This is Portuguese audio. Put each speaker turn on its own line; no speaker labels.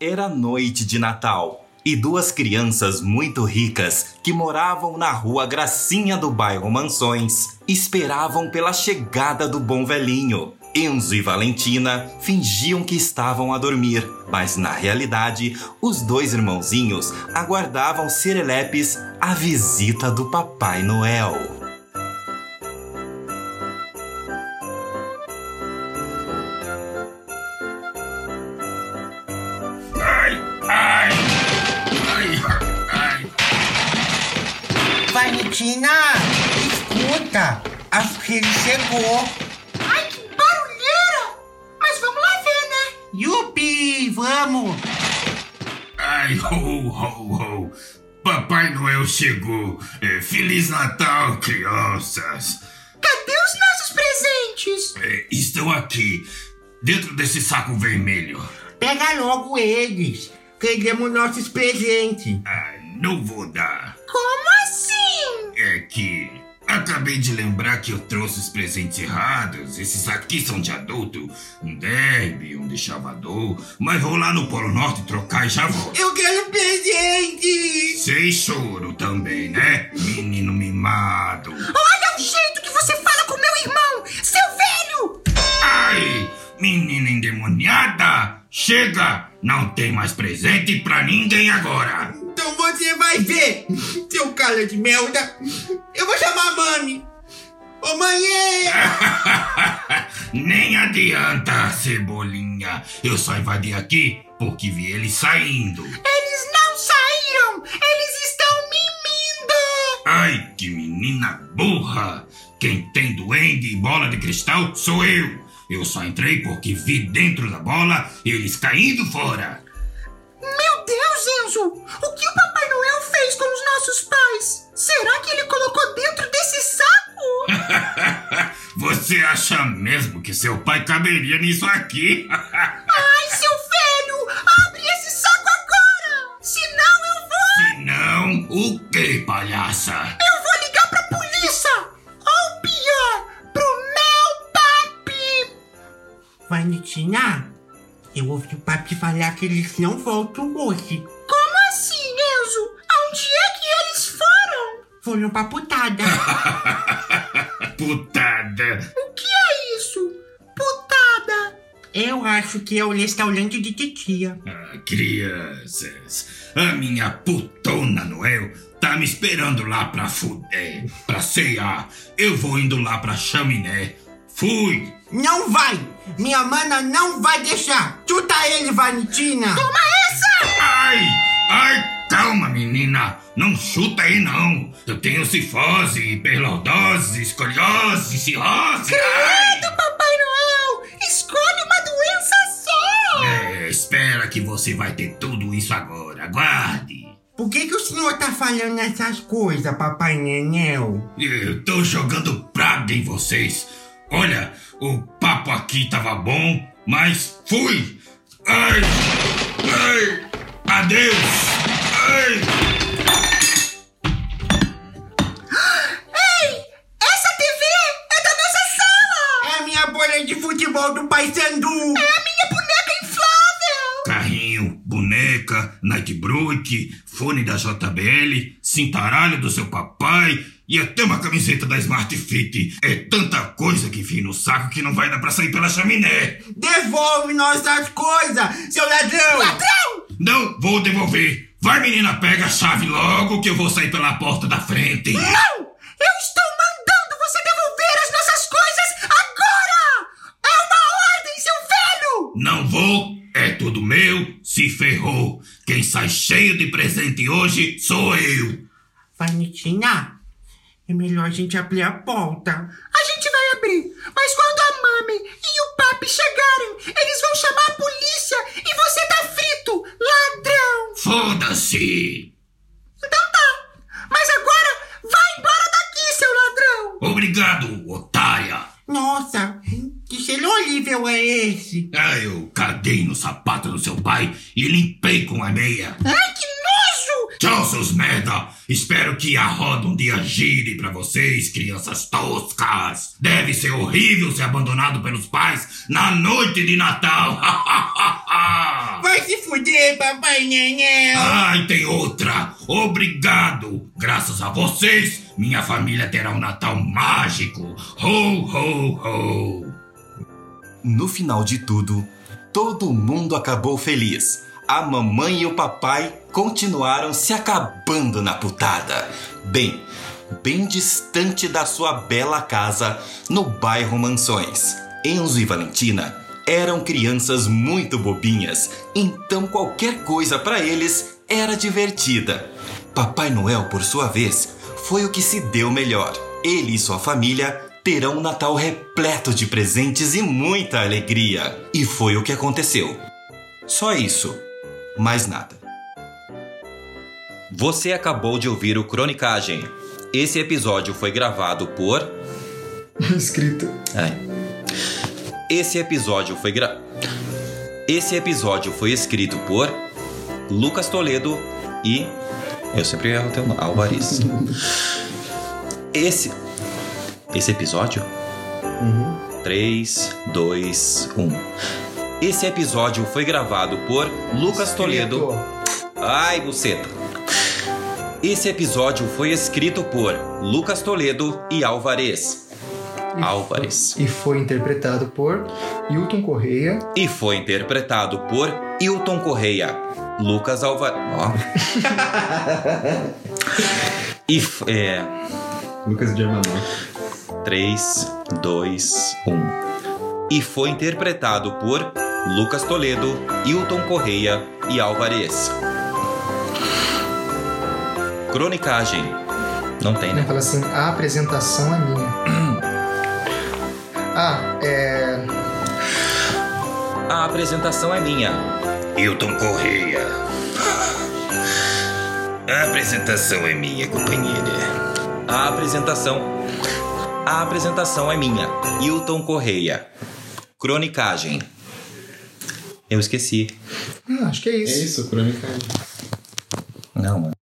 Era noite de Natal e duas crianças muito ricas que moravam na rua Gracinha do bairro Mansões esperavam pela chegada do bom velhinho. Enzo e Valentina fingiam que estavam a dormir, mas na realidade, os dois irmãozinhos aguardavam serelepes a visita do Papai Noel.
Ai, ai, ai, ai.
Valentina, escuta, acho que ele chegou.
Ai, que barulheira! Mas vamos lá ver, né?
Yupi, vamos.
Ai, ho, ho, ho. Papai Noel chegou. É, Feliz Natal, crianças.
Cadê os nossos presentes?
É, estão aqui, dentro desse saco vermelho.
Pega logo eles. Queremos nossos presentes.
Ai, não vou dar.
Como assim?
É que acabei de lembrar que eu trouxe os presentes errados. Esses aqui são de adulto. Um derby, um de chavador. Mas vou lá no Polo Norte trocar e já volto.
Eu quero presentes.
Sem choro também, né? Menino mimado.
Olha o jeito que você fala com meu irmão, seu velho!
Ai, menina endemoniada! Chega! Não tem mais presente pra ninguém agora!
Então você vai ver, seu cara de merda. Eu vou chamar a mami. Ô, mãe! é.
Nem adianta, cebolinha! Eu só invadi aqui porque vi ele saindo.
Eles não saíram! Eles estão mimindo!
Ai, que menina burra! Quem tem duende e bola de cristal sou eu! Eu só entrei porque vi dentro da bola eles caindo fora!
Meu Deus, Enzo! O que o Papai Noel fez com os nossos pais? Será que ele colocou dentro desse saco?
Você acha mesmo que seu pai caberia nisso aqui?
Ai, seu velho! Abre esse saco agora! Senão eu vou...
Se não, o que, palhaça?
Eu vou ligar pra polícia! Ou pior, pro meu papi!
Valentina, eu ouvi o papi falar que eles não voltam hoje.
Como assim, Enzo? Aonde é que eles foram?
Foram pra putada.
Putada!
O que é isso? Putada!
Eu acho que é o restaurante de titia.
Ah, crianças, a minha putona Noel tá me esperando lá pra fuder, pra cear. Eu vou indo lá pra chaminé. Fui!
Não vai! Minha mana não vai deixar! Chuta ele, Valentina!
Ai! Ai, calma, menina! Não chuta aí, não! Eu tenho cifose, hiperlordose, escoliose, cirrose! Ai!
Credo, Papai Noel! Escolhe uma doença só!
É, espera que você vai ter tudo isso agora. Aguarde!
Por que, que o senhor tá falando essas coisas, papai Nenel?
Eu tô jogando praga em vocês. Olha, o papo aqui tava bom, mas fui! Ai! Ai! Adeus! Ai!
Ei! Essa TV é da nossa sala!
É a minha bolha de futebol do Pai Sandu!
É a minha boneca inflável!
Carrinho, boneca, Nightbrook, fone da JBL, cintaralho do seu papai e até uma camiseta da Smart Fit. É tanta coisa que enfim no saco que não vai dar pra sair pela chaminé.
Devolve nossas coisas, seu ladrão!
Ladrão!
Não vou devolver. Vai, menina, pega a chave logo que eu vou sair pela porta da frente.
Não! Eu estou mandando você devolver as nossas coisas agora! É
Não
uma ordem, seu velho!
vou, é tudo meu, se ferrou. Quem sai cheio de presente hoje sou eu.
Valentina, é melhor a gente abrir a porta.
A gente vai abrir, mas quando a mami e o papi chegarem, eles vão chamar a polícia e você tá frito, ladrão!
Foda-se!
Então tá, mas agora vai embora daqui, seu ladrão!
Obrigado, otária.
Nossa, que cheiro horrível é esse?
Ah, eu caguei no sapato do seu pai e limpei com a meia.
Ai, que nojo!
Tchau, seus merda! Espero que a roda um dia gire pra vocês, crianças toscas! Deve ser horrível ser abandonado pelos pais na noite de Natal!
Vai se se fuder, papai Nenel.
Ai, tem outra! Obrigado! Graças a vocês, minha família terá um Natal mágico! Ho, ho, ho!
No final de tudo, todo mundo acabou feliz. A mamãe e o papai continuaram se acabando na putada. Bem, bem distante da sua bela casa no bairro Mansões. Enzo e Valentina eram crianças muito bobinhas, então qualquer coisa para eles era divertida. Papai Noel, por sua vez, foi o que se deu melhor. Ele e sua família terão um Natal repleto de presentes e muita alegria. E foi o que aconteceu. Só isso, mais nada. Você acabou de ouvir o Cronicagem. Esse episódio foi gravado por. É.
Escrita.
Ai. Esse episódio foi gra... Esse episódio foi escrito por Lucas Toledo e eu sempre erro teu nome, Alvarez. Esse esse episódio?
Uhum.
3 2 1. Esse episódio foi gravado por Lucas Toledo. Ai, buceta. Esse episódio foi escrito por Lucas Toledo e Alvarez.
E
Álvares.
E foi interpretado por Hilton Correia.
E foi interpretado por Hilton Correia, Lucas Alvarez. e f- é.
Lucas de Armanão.
3, 2, 1. E foi interpretado por Lucas Toledo, Hilton Correia e Alvarez. Cronicagem. Não tem, né?
Fala assim, a apresentação é minha. ah, é...
A apresentação é minha.
Hilton Correia. A apresentação é minha, companheira.
A apresentação. A apresentação é minha, Hilton Correia. Cronicagem. Eu esqueci.
Ah, acho que é
É
isso.
isso, crônica.
Não, mano.